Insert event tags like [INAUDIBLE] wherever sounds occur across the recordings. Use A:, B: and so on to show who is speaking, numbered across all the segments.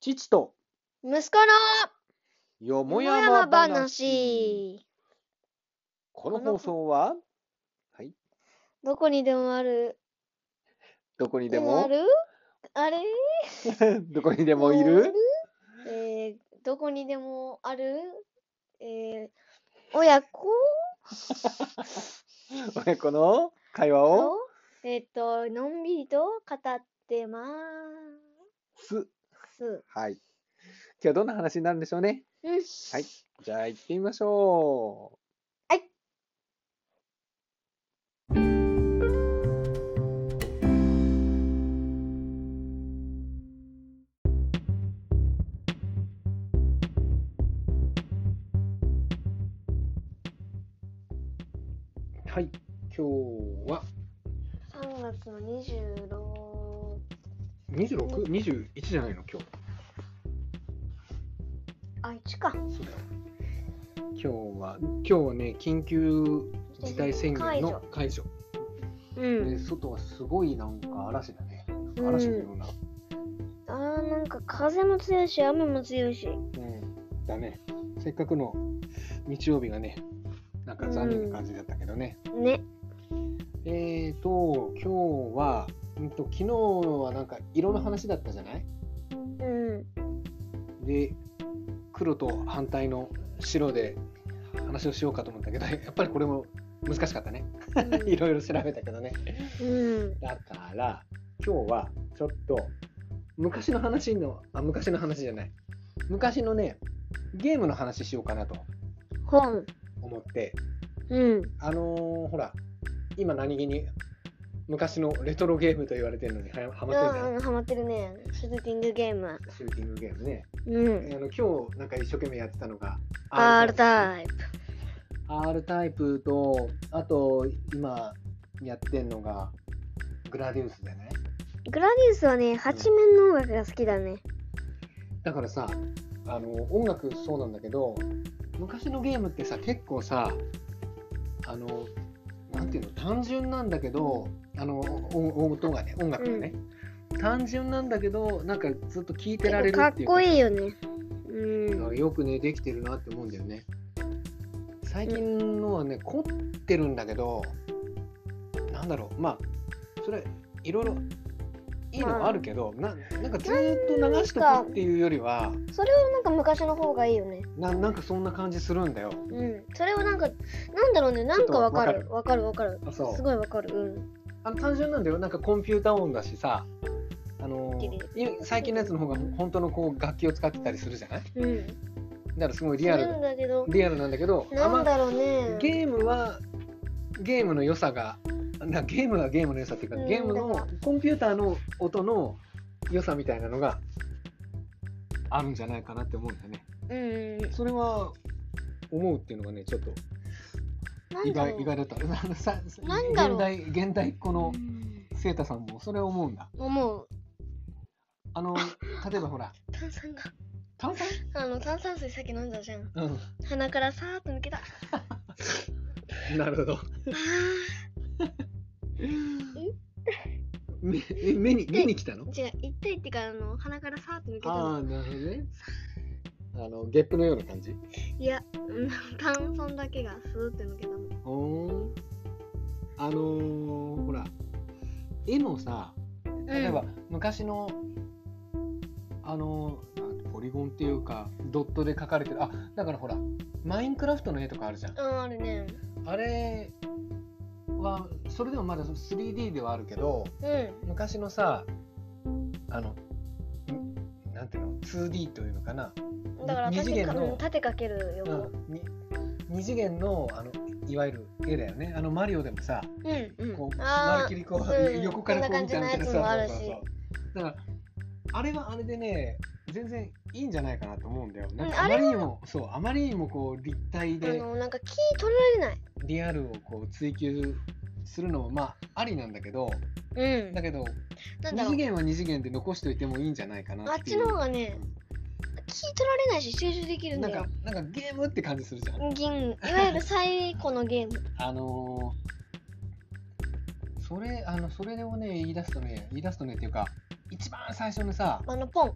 A: 父と
B: 息子の
A: よも
B: も
A: や
B: や
A: ま
B: ま
A: 話。
B: 話。
A: この放送は
B: どこにでもある。
A: どこにで
B: でもあ
A: も、
B: るあれ
A: [LAUGHS] どこにでもいる
B: あるえー、どこにでもあるえー、親子
A: [LAUGHS] 親子の会話を
B: のえっと、のんびりと語ってまー
A: す。
B: す。
A: はい。今日はどんな話になるんでしょうね。
B: うん。
A: はい。じゃあ行ってみましょう。
B: はい。
A: はい。今日は
B: 3月の26
A: 26、21じゃないの今日。
B: あ、1か。
A: そうだよ。今日は今日はね緊急事態宣言の解除。
B: う
A: ね。外はすごいなんか嵐だね。嵐のような。
B: あー、なんか風も強いし、雨も強いし。
A: うん、だね。せっかくの日曜日がね、なんか残念な感じだったけどね。
B: ね。
A: えーと、今日は、うんと、昨日はなんか色の話だったじゃない [LAUGHS]
B: うん。
A: で、黒と反対の白で話をしようかと思ったけど、やっぱりこれも難しかったね。いろいろ調べたけどね。
B: うん。
A: だから、今日はちょっと昔の話の、あ、昔の話じゃない。昔のね、ゲームの話しようかなと
B: 本。
A: 思って、
B: うん。
A: あのーほら、今何気に昔のレトロゲームと言われてるのにはやハマってるじゃ
B: うんん、ハマってるね。シューティングゲーム。
A: シューティングゲームね。
B: うん。
A: あの今日なんか一生懸命やってたのが
B: R タイプ。
A: R タイプと、あと今やってんのがグラディウスだよね。
B: グラディウスはね、八面の音楽が好きだね。
A: だからさ、あの音楽そうなんだけど、昔のゲームってさ、結構さ、あの、なんていうの、単純なんだけど、あの音音がね、音楽がね、単純なんだけど、なんかずっと聴いてられる
B: かっ
A: っていう
B: こ
A: い
B: いいよね。うん。
A: よくね、できてるなって思うんだよね。最近のはね、凝ってるんだけど、なんだろう、まあ、それ、いろいろ。いいのはあるけど、ななんかずーっと流しとくっていうよりは、
B: それはなんか昔の方がいいよね。
A: ななんかそんな感じするんだよ。
B: うん。それはなんか、なんだろうね。なんかわか
A: ち
B: る。わかるわかる。
A: あそ
B: す
A: う
B: ごいわかる。うん。
A: あの単純なんだよなんかコンピューター音だしさ、あのー
B: 綺麗
A: い最近のやつの方が本当のこう楽器を使ってたりするじゃない
B: うん。
A: だからすごいリア
B: するん
A: ル
B: だけど、
A: リアルなんだけどあん
B: な
A: ま
B: んだろうね。
A: ゲームはゲームの良さがなゲームはゲームの良さっていうか、
B: うん
A: ゲーム
B: だ
A: の
B: か
A: コンピューターの音の良さみたいなのがあるんじゃないかなって思うんだよね。
B: うん。
A: それは思うっていうのがねちょっと
B: なん
A: 意
B: だろ
A: 外
B: う
A: 意外だった。 [LAUGHS] あのさ
B: なんだろう
A: 現代現代っ子の
B: うん
A: セータさんもそれ思うんだ。
B: 思う。
A: あ [LAUGHS] の例えばほら
B: 炭酸が。
A: 炭酸、
B: あの、炭酸水さっき飲んだじゃん。
A: う
B: 鼻からさーっと抜けた。あ
A: ん、なるほど。
B: ー
A: 目目に目に来たの？
B: 違う、一体っていうか、あの、鼻からさーっと抜けた
A: あ
B: の
A: あ。なるほどね。あのゲップのような感じ。
B: いや、うん炭酸だけがスーって抜けたの。
A: おーあのーほら絵のさ例えば、昔の、あのーなんてポリゴンっていうかドットで描かれてるあだからほらマインクラフトの絵とかあるじゃん。
B: うん、あるね。
A: あれはそれでもまだ 3D ではあるけど
B: うん。
A: 昔のさあのんなんていうの 2D というのかな、
B: だから
A: 二次
B: 縦
A: 元
B: か、
A: の
B: うん縦かける
A: う
B: 横。
A: ん、に二次元のあのいわゆる絵だよねあのマリオでもさ
B: うん、うん。
A: こうま
B: あ
A: るっきりこう、
B: うん
A: 横からこう見たみたいな
B: こんな感じのや
A: そう
B: つも
A: そうそうそうだからあれはあれでね全然いいんじゃないかなと思うんだよなん
B: うん
A: かあ
B: あ
A: ま
B: れは
A: りにもそうあまりにもこう立体
B: ー、あ
A: で
B: の、なんか木取られ
A: リアルをこう追求するのもまあありなんだけど
B: ない。うん。
A: だけど
B: なん
A: 二
B: だろう
A: 次。元は二次元で残しておいてもいいんじゃないかな
B: あ
A: っ
B: ってち
A: いう
B: の方がね、木取られないし集中できるん
A: な
B: だ
A: んか
B: よ。
A: なんかゲームって感じするじゃん、
B: 銀、いわゆる最古のゲーム。 [LAUGHS]
A: あのーそれあのそれをね言い出すとね言い出すとねっていうか一番最初のさ
B: あの、ポン。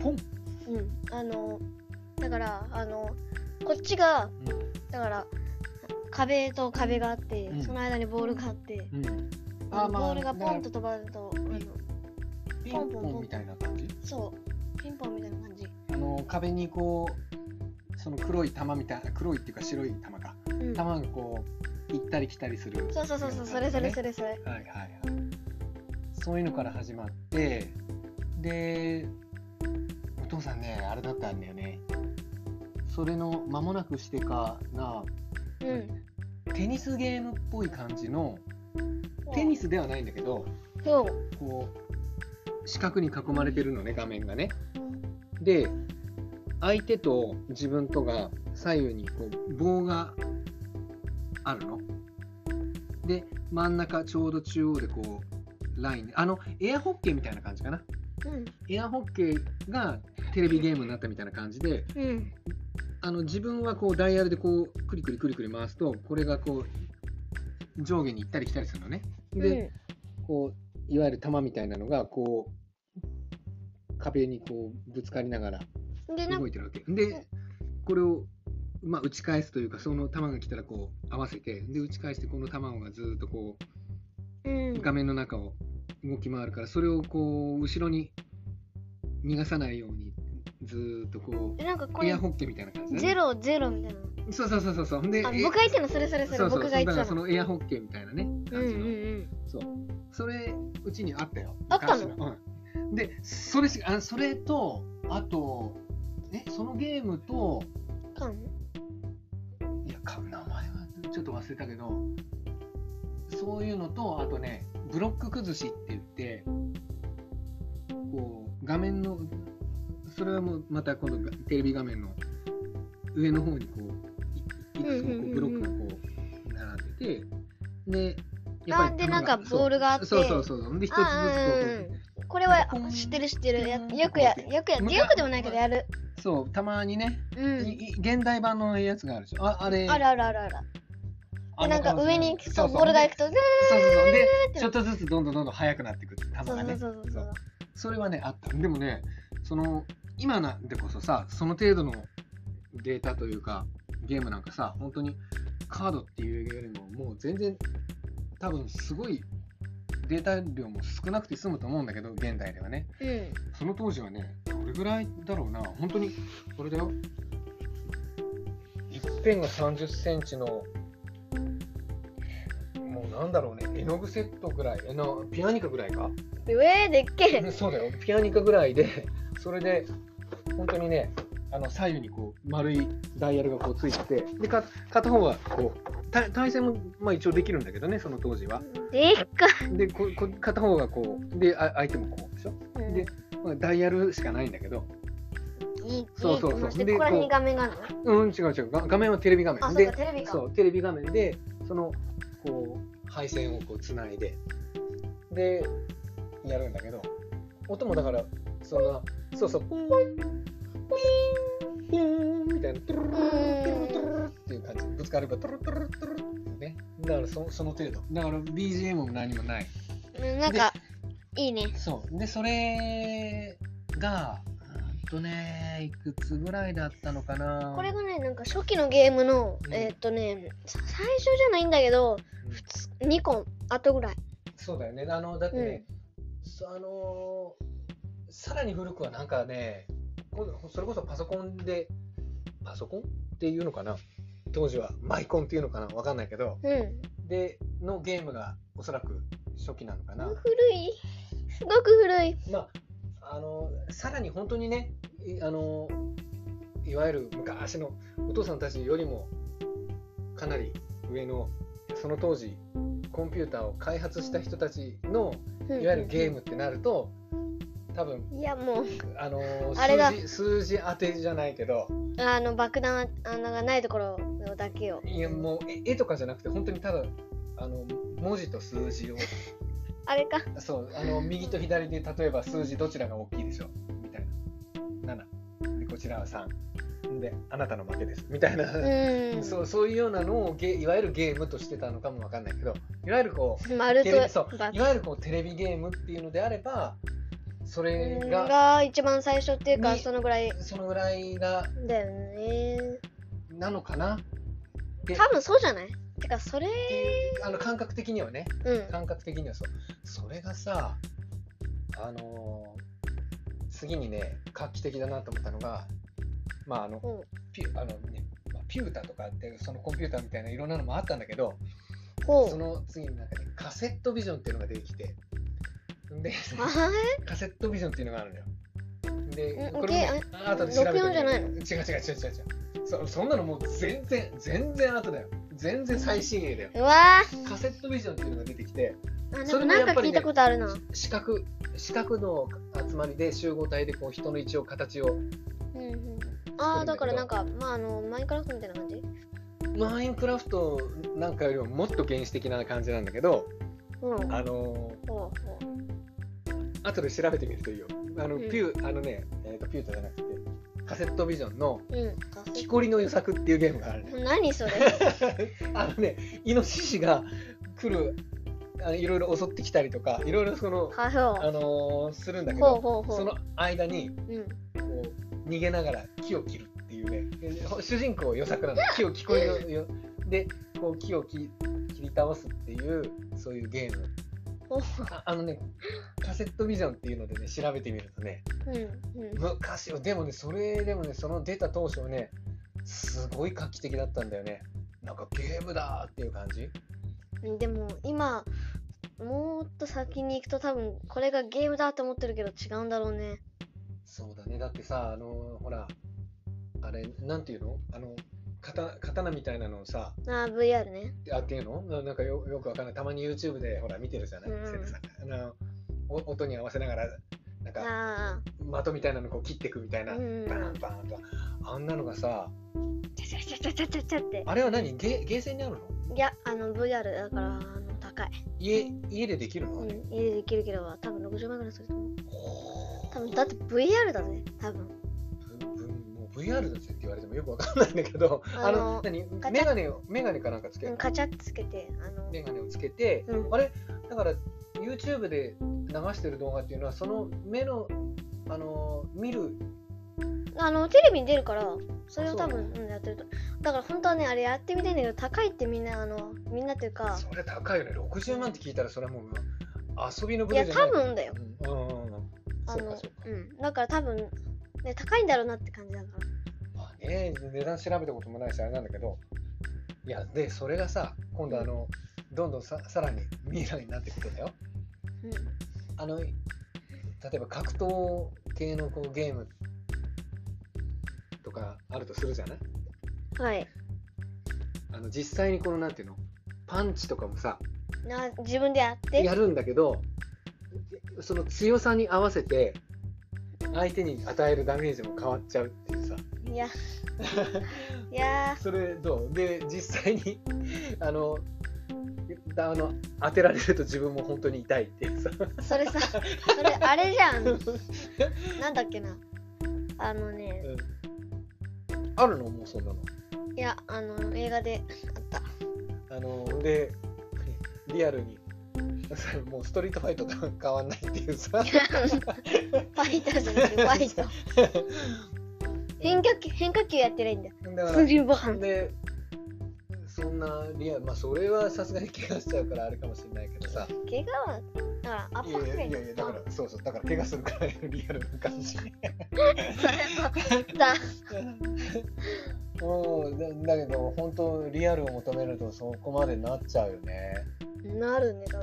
A: ポン
B: うん、あのだからあのこっちがだから壁と壁があって、
A: うん
B: その間にボールがあって、
A: うん、うん、
B: あのボールが
A: だ
B: ポ
A: か
B: ン
A: ら
B: と飛ばるとあの
A: ピンポンみたいな感じ
B: そうピンポンみたいな感じ
A: あの壁にこうその黒い玉みたいな黒いっていうか白い玉か
B: うん
A: 玉がこう行ったり来たりする
B: そうそうそうそうそれそれそれそれ
A: はいはいはいそういうのから始まってでお父さんねあれだったんだよねそれの間もなくしてかな
B: うん
A: テニスゲームっぽい感じのテニスではないんだけど
B: そう
A: こう四角に囲まれてるのね画面がねで相手と自分とが左右にこう棒があるの。で真ん中ちょうど中央でこうラインあのエアホッケーみたいな感じかな
B: うん
A: エアホッケーがテレビゲームになったみたいな感じで
B: うん
A: あの自分はこうダイヤルでこうクリクリクリクリ回すとこれがこう上下に行ったり来たりするのね。で、こういわゆる玉みたいなのがこう壁にこうぶつかりながら
B: うん、でなん
A: 動
B: か
A: いてるわけでこれを、まあ、打ち返すというかその球が来たらこう合わせてで打ち返してこの球がずっとこ
B: うん
A: う画面の中を動き回るからそれをこう後ろに逃がさないようにずっとこ
B: でなんかこ
A: うエ
B: れ
A: アホッケーみたいな感じだね
B: ゼロゼロみたいな
A: そうそうそうそうそうで
B: あ
A: え
B: 僕が言ってんのそれそれそれ
A: そうそう
B: 僕が
A: だ
B: 言っ
A: か
B: て
A: ら
B: た
A: そ
B: の
A: のエアホッケーみたいなね
B: うん
A: 感
B: うん
A: じの、
B: うん
A: そうそれうちにあったよ
B: あったの
A: 昔うん、でそれしあそれとあとえそのゲームと
B: かん
A: いやか名前はちょっと忘れたけどそういうのとあとねブロック崩しって言ってこう画面のそれはもうまた今度テレビ画面の上の方にこういいくつもこうブロックがこう並んでてで
B: あでなんかボールがあって
A: そうそうそうそうで一つずつこう
B: これは知ってる知ってるやよくやよくやよくでもないけどやる
A: そうたまにね、
B: うん
A: いい現代版のやつがあるでしょああれ
B: あるあるあるある
A: あの
B: でなんか上に
A: そう
B: そ
A: そう
B: うボールが行くとう
A: そうそうそうで
B: って
A: ちょっとずつどんどんどんどん速くなっていく球が
B: そうそ
A: ね
B: うそうそうそう
A: それはねあったでもねその今なんでこそさその程度のデータというかゲームなんかさ本当にカードっていうよりももう全然多分すごいデータ量も少なくて済むと思うんだけど現代ではね
B: うん
A: その当時はねどれぐらいだろうな本当にこれだよ一辺が3 0センチのもうなんだろうね絵の具セットぐらいえなピアニカぐらいか
B: で上でっけえ
A: そうだよピアニカぐらいでそれで本当にねあの左右にこう丸いダイヤルがこうついててでか片方はこうた対戦もまあ一応できるんだけどねその当時は
B: でっか
A: でここ片方がこうであ相手もこうでしょ、
B: うん
A: で、まあ、ダイヤルしかないんだけど
B: いい
A: そうそうそう
B: 回して
A: で
B: ここら辺に
A: こ
B: 画面があるの
A: うん違う違うが画面はテレビ画面
B: あそう
A: で
B: かテレビか
A: そうテレビ画面でそのこう配線をこうつないででやるんだけど音もだからそんなそうそうポンポンピーンピーンみたいなトゥルルルトゥルルトゥルルっていう感じぶつかればトゥルトゥルトゥルっていうねだからそその程度だから BGM も何もない
B: うんなんかいいね
A: そうでそれがうんとねいくつぐらいだったのかな
B: これがねなんか初期のゲームの
A: うん
B: えーっとねさ最初じゃないんだけど
A: うん
B: 普通2個後ぐらい
A: そうだよね。あのだってね、そあのーさらに古くはなんかね、今度それこそパソコンでパソコンっていうのかな。当時はマイコンっていうのかなわかんないけど、
B: うん
A: でのゲームがおそらく初期なのかな。
B: 古いすごく古い
A: まああのさらに本当にね、いあのいわゆる昔のお父さんたちよりもかなり上のその当時コンピューターを開発した人たちのいわゆるゲームってなると、多分
B: ムいやもう
A: あのー
B: あれだ
A: 数字数字当てじゃないけど、
B: あの爆弾穴がないところだけを
A: いやもう絵絵とかじゃなくて本当にただあの文字と数字を、
B: あれか
A: そうあの右と左で例えば数字どちらが大きいでしょうみたいな7でこちらは3であなたの負けですみたいな、
B: うん
A: そうそういうようなのをゲいわゆるゲームとしてたのかもわかんないけどいわゆるこう
B: 丸
A: テレビそ
B: と
A: ういわゆるこうテレビゲームっていうのであればそれが
B: が一番最初っていうか
A: に
B: そのぐらい
A: そのぐらいが
B: だよね
A: なのかなっ
B: 多分そうじゃないてかそれ
A: ていうあの感覚的にはね
B: うん
A: 感覚的にはそうそれがさあのー次にね画期的だなと思ったのがまああの
B: うん
A: ピュあの、ねまあ、ピュータとかってそのコンピューターみたいないろんなのもあったんだけどそ
B: ほう
A: の次になんかねカセットビジョンっていうのが出てきてで
B: あ
A: カセットビジョンっていうのがあるのよ。で、
B: ん
A: これもね
B: オッケ
A: あ後で調べてみる
B: 64じゃないの
A: 違う違う違う違う違うそ。そんなのもう全然、全然後だよ。全然最新鋭だよ。
B: ーうわ
A: カセットビジョンっていうのが出てきて、
B: ーあで
A: そ
B: も
A: れも
B: な
A: や
B: ん
A: っ
B: か
A: ぱり
B: 聞
A: ね
B: いたことあるな
A: 四角、四角の集まりで集合体でこう人の位置を形を、
B: うんうんああだからなんかまああのマインクラフトみたいな感じ
A: マインクラフトなんかよりももっと原始的な感じなんだけど、
B: うん
A: あの
B: ほうほう
A: ー、後で調べてみるといいよ。あの、
B: うん
A: ピュー、あのね、えーと、ピュータじゃなくて、カセットビジョンの
B: うんカセ
A: 木
B: ッ
A: こりの予策っていうゲームがあるね
B: ト。
A: [LAUGHS]
B: 何それ
A: あのね、イノシシが来る、あいろいろ襲ってきたりとか、いろいろその、
B: はよ
A: あのーするんだけ
B: ほう
A: ど、
B: ほうほう
A: その間に
B: うん
A: こう逃げながら木を切るっていうね、え主人公、予作なの、木を聞こえるよ。で、こう木を切切り倒すっていう、そういうゲーム。
B: ほう
A: ああのね、カセットビジョンっていうのでね、調べてみるとね、
B: うんうん
A: 昔は、でもね、それでもね、その出た当初はね、すごい画期的だったんだよね。なんかゲームだーっていう感じ。
B: でも今もっと先に行くと多分これがゲームだと思ってるけど違うんだろうね
A: そうだね。だってさ、あの、ほら、あれ、なんていうのあの、刀刀みたいなのをさ、
B: ああ VR ね
A: あっていうのななんかよよくわかんない。たまに YouTube でほら見てるじゃない、
B: うん
A: 生徒さんあのお音に合わせながら、なんか、
B: あ
A: 的みたいなのこう切っていくみたいな、
B: うん
A: バーンバーンと。あんなのがさ、
B: あちゃちゃちゃちゃちゃちゃちゃって
A: あれは何ゲーゲーセンにあるの
B: いやあの VR だからあの高い、
A: 家家でできるの、
B: うん、家でできるけど多分60万ぐらいすると思う
A: ほー
B: 多分だって VR だぜ多分
A: ぶぶもう VR だぜって言われてもよくわかんないんだけど、あ
B: あ
A: の、
B: の
A: 何
B: ガチャ
A: メガネを、メガネかなんかつけ
B: う
A: るの
B: んカチャッつけてあの
A: メガネをつけて、
B: うん
A: あれだから YouTube で流してる動画っていうのはその目のあのー見る
B: あのテレビに出るからそれを多
A: あ
B: 分、
A: そう
B: ん、やってるとだから本当はねあれやってみたいんだけど高いってみんなあのみんなというか
A: それ高いよね60万って聞いたらそれはもう遊びの
B: い
A: 分
B: や
A: 類じゃな
B: 多
A: い
B: 分だよ
A: 多分、うんうんうん、
B: あ
A: そうか
B: の
A: そうか、
B: うん、だから多分、ね、高いんだろうなって感じだか
A: まあね値段調べたこともないしあれなんだけどいやでそれがさ今度あの、どんどんささらに未来になってくるんだよ
B: ら、う
A: あの例えば格闘系のこうゲームとかあるとするじゃない
B: ん、はい
A: あの実際にこのなんていうのパンチとかもさ
B: な自分でやって
A: やるんだけどその強さに合わせて相手に与えるダメージも変わっちゃうっていうさ [LAUGHS]
B: いやいや
A: それどうで実際に [LAUGHS] あのあの当てられると自分も本当に痛いっていうさ
B: ーそれさそれあれじゃんなんだっけなあのね
A: あるのもうそんなの
B: いやあの映
A: [LAUGHS]
B: 画であった
A: あのでリアルに [LAUGHS] それもうストリートファイトと変わんないっていうさ
B: ファイターじゃなくてファ
A: [LAUGHS]
B: イト変化球変化球やってないんだよ
A: だから
B: スリーバーン
A: でそんなリアルまあそれはさすがに怪我しちゃうからあれかもしれないけどさ
B: 怪我はだからア
A: い
B: ッパ
A: やい
B: ー
A: やいやいやだからそうそうだから怪我するからリアルな感じうんだだけど本当リアルを求めるとそこまでなっちゃうよね
B: [LAUGHS] なるね多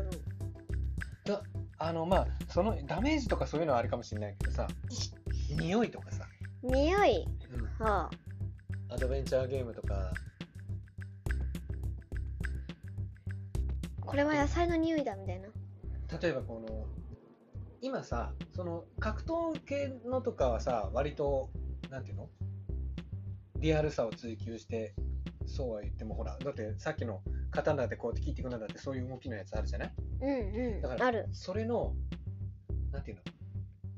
B: 分
A: あのまあそのダメージとかそういうのはあれかもしれないけどさ匂いとかさ、
B: 匂いはあ
A: アドベンチャーゲームとか
B: これは野菜の匂いだみたいな
A: 例えばこの今さその格闘系のとかはさ割となんていうのリアルさを追求してそうは言ってもほらだってさっきの刀でこうやって切っていくのだってそういう動きのやつあるじゃない
B: うん
A: だ
B: う
A: か
B: ん
A: ら
B: ある
A: それのなんていうの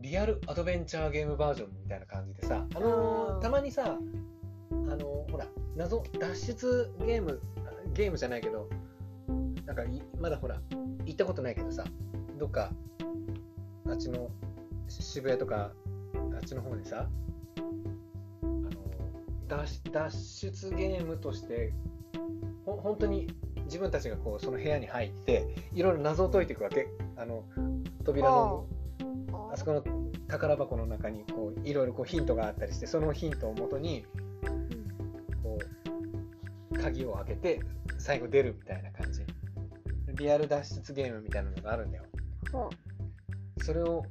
A: リアルアドベンチャーゲームバージョンみたいな感じでさあのー
B: あー
A: たまにさあのーほら謎脱出ゲームゲームじゃないけどなんかいまだほら行ったことないけどさどっかあっちのし渋谷とかあっちの方でさあの脱脱出ゲームとしてほ本当に自分たちがこうその部屋に入っていろいろ謎を解いていくわけあの扉の
B: あ
A: あそこの宝箱の中にこういろいろこうヒントがあったりしてそのヒントをもとにこう鍵を開けて最後出るみたいな感じリアル脱出ゲームみたいなのがあるんだよ
B: ほ
A: それを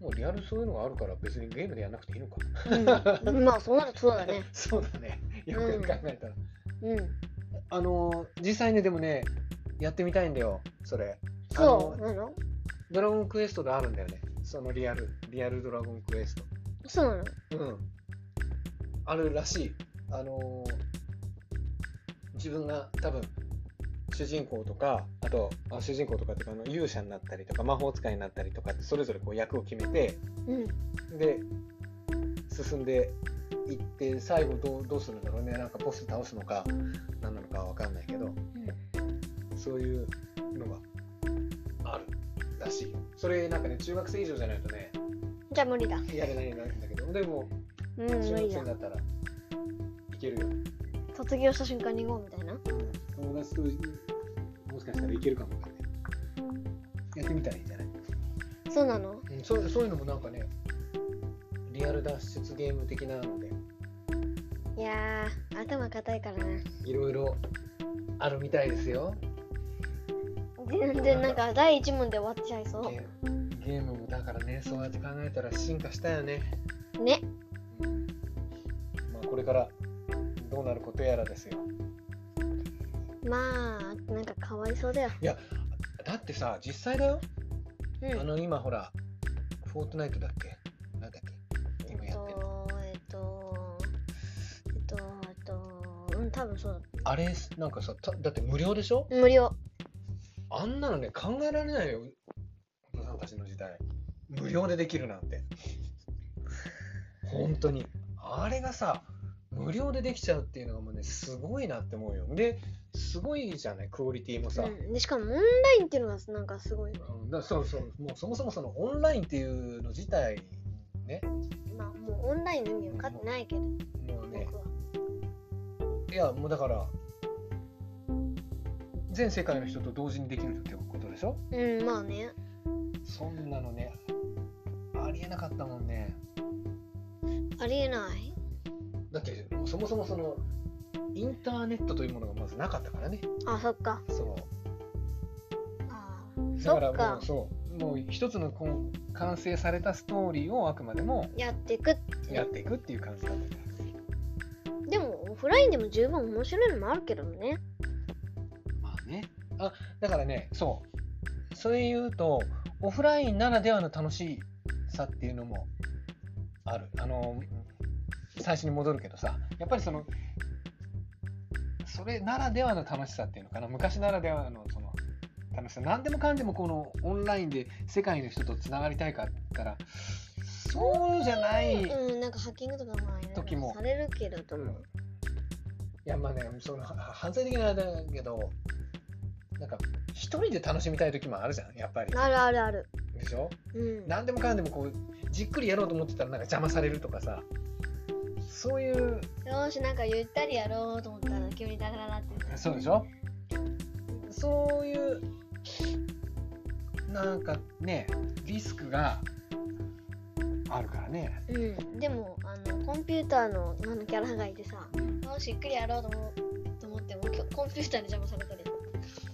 A: もうリアルそういうのがあるから別にゲームでやらなくていいのか
B: う、うん、まあそうなるとそうだね
A: [LAUGHS] そうだねよくよく考えたら、
B: うん
A: あのー実際ねでもねやってみたいんだよそれ
B: そうなの
A: ドラゴンクエストがあるんだよねそのリアルリアルドラゴンクエスト
B: そうなの
A: うん、あるらしい、あのー自分が多分主人公とかあとあ主人公とかっていうかあの勇者になったりとか魔法使いになったりとかってそれぞれこう役を決めて
B: うん
A: で進んでいって最後どうどうするんだろうねなんかボス倒すのか何なのかは分かんないけどそういうのがあるらしいそれなんかね中学生以上じゃないとね
B: じゃあ無理だ
A: やれないんだけどでも
B: うん
A: 中
B: 無
A: 学
B: 理
A: 生
B: だ
A: になったらいけるよ
B: 卒業した瞬間に行こうみたいな
A: 友達ともしかしたらいけるかもわかんないやってみたらいいんじゃない、
B: そうなの
A: うん、そうそういうのもなんかねリアル脱出ゲーム的なので
B: いやー頭固いからない
A: ろいろあるみたいですよ
B: 全然なんか第一問で終わっちゃいそ
A: ゲゲームもだからねそうやって考えたら進化したよね、
B: うね
A: うんまあ、これからどうなることやらですよ
B: まあなんかかわいそうだよ
A: だってさ実際だよ
B: う
A: あ
B: ん
A: の今ほらフォートナイトだっけなんだっけ今
B: えっ
A: やってるの
B: とえっとえっとえっとうん多分そう
A: あれなんかさただって無料でしょ
B: だ無料
A: あんなのね、考えられないよ。お父さんたちの時代。無料でできるなんて。本当に。あれがさ、無料でできちゃうっていうのがもうね、すごいなって思うよ。で、すごいじゃない、クオリティもさ。
B: うん、でしかもオンラインっていうのがなんかすごいね
A: うん、だそうそう、もうそもそもそのオンラインっていうの自体、ね、
B: まあもうオンラインの意味分かってないけど
A: もうね、
B: 僕はい
A: や、もうだから、全世界の人と同時にできるってことでしょ
B: うんまあね
A: そんなのね、ありえなかったもんね。
B: ありえない
A: だってそもそもそのインターネットというものがまずなかったからね
B: あそっか
A: そ
B: あ
A: うだ
B: そ
A: か
B: っ
A: らも
B: か
A: うそうもう一つのこう完成されたストーリーをあくまでも
B: やってくって
A: やっていくっていう感じだったから
B: でもオフラインでも十分面白いのもあるけどね
A: まあねあだからねそうそれ言うとオフラインならではの楽しさっていうのもあるあの最初に戻るけどさやっぱりそのそれならではの楽しさっていうのかな昔ならではのその楽しさ何でもかんでもこのオンラインで世界の人とつながりたいかって言ったらそうじゃない、
B: うんなんかハッキングとかまあいろ
A: 時
B: いろ
A: も
B: されるけれども
A: いやまあねそのは反省的なんだけどなんか一人で楽しみたい時もあるじゃんやっぱり
B: あるあるある
A: でしょ
B: うん
A: 何でもかんでもこうじっくりやろうと思ってたらなんか邪魔されるとかさそういう
B: よしなんかゆったりやろうと思ったら急にダラダラって
A: そうでしょそういうなんかねリスクがあるからね
B: うんでもあのコンピューターの今のキャラがいてさよしゆっくりやろうと思うと思ってもきょコンピューターに邪魔されたり
A: い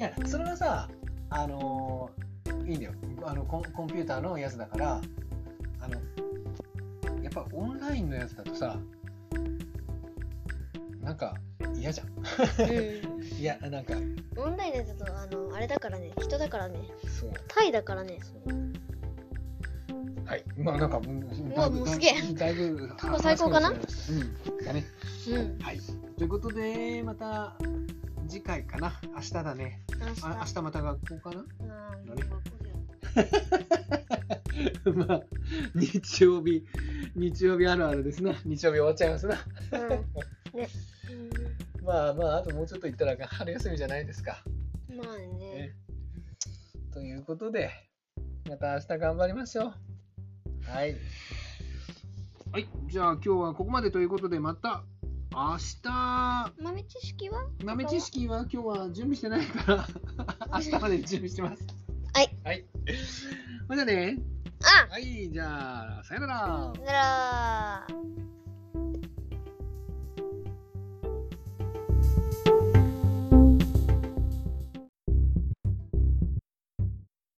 A: やそれはさあのーいいんだよあのコンコンピューターのやつだからあのやっぱオンラインのやつだとさなんか嫌じゃんいやなんか
B: うんオンラインでだとあのあれだからね人だからね
A: そう
B: タイだからね
A: はい、まあなんか、
B: うわもうすげえ
A: だいぶ
B: 過去最高かな
A: うん、だね。
B: うん
A: はい。ということで、また次回かな。明日だね。
B: 明日
A: あ明日また学校かな [LAUGHS]
B: うん
A: 何まあ、日曜日、日曜日あるあるですな。日曜日終わっちゃいますな。
B: うんね
A: まあまあ、あともうちょっと行ったら春休みじゃないですか。
B: まあね
A: ねということで、また明日頑張りましょう。はい。はい、じゃあ今日はここまでということで、また明日、
B: 豆知識は
A: 豆知識は今日は準備してないから、明日までに準備してます。
B: はい。
A: はい。まだね。
B: あ
A: はい、じゃあ、さよなら。
B: なら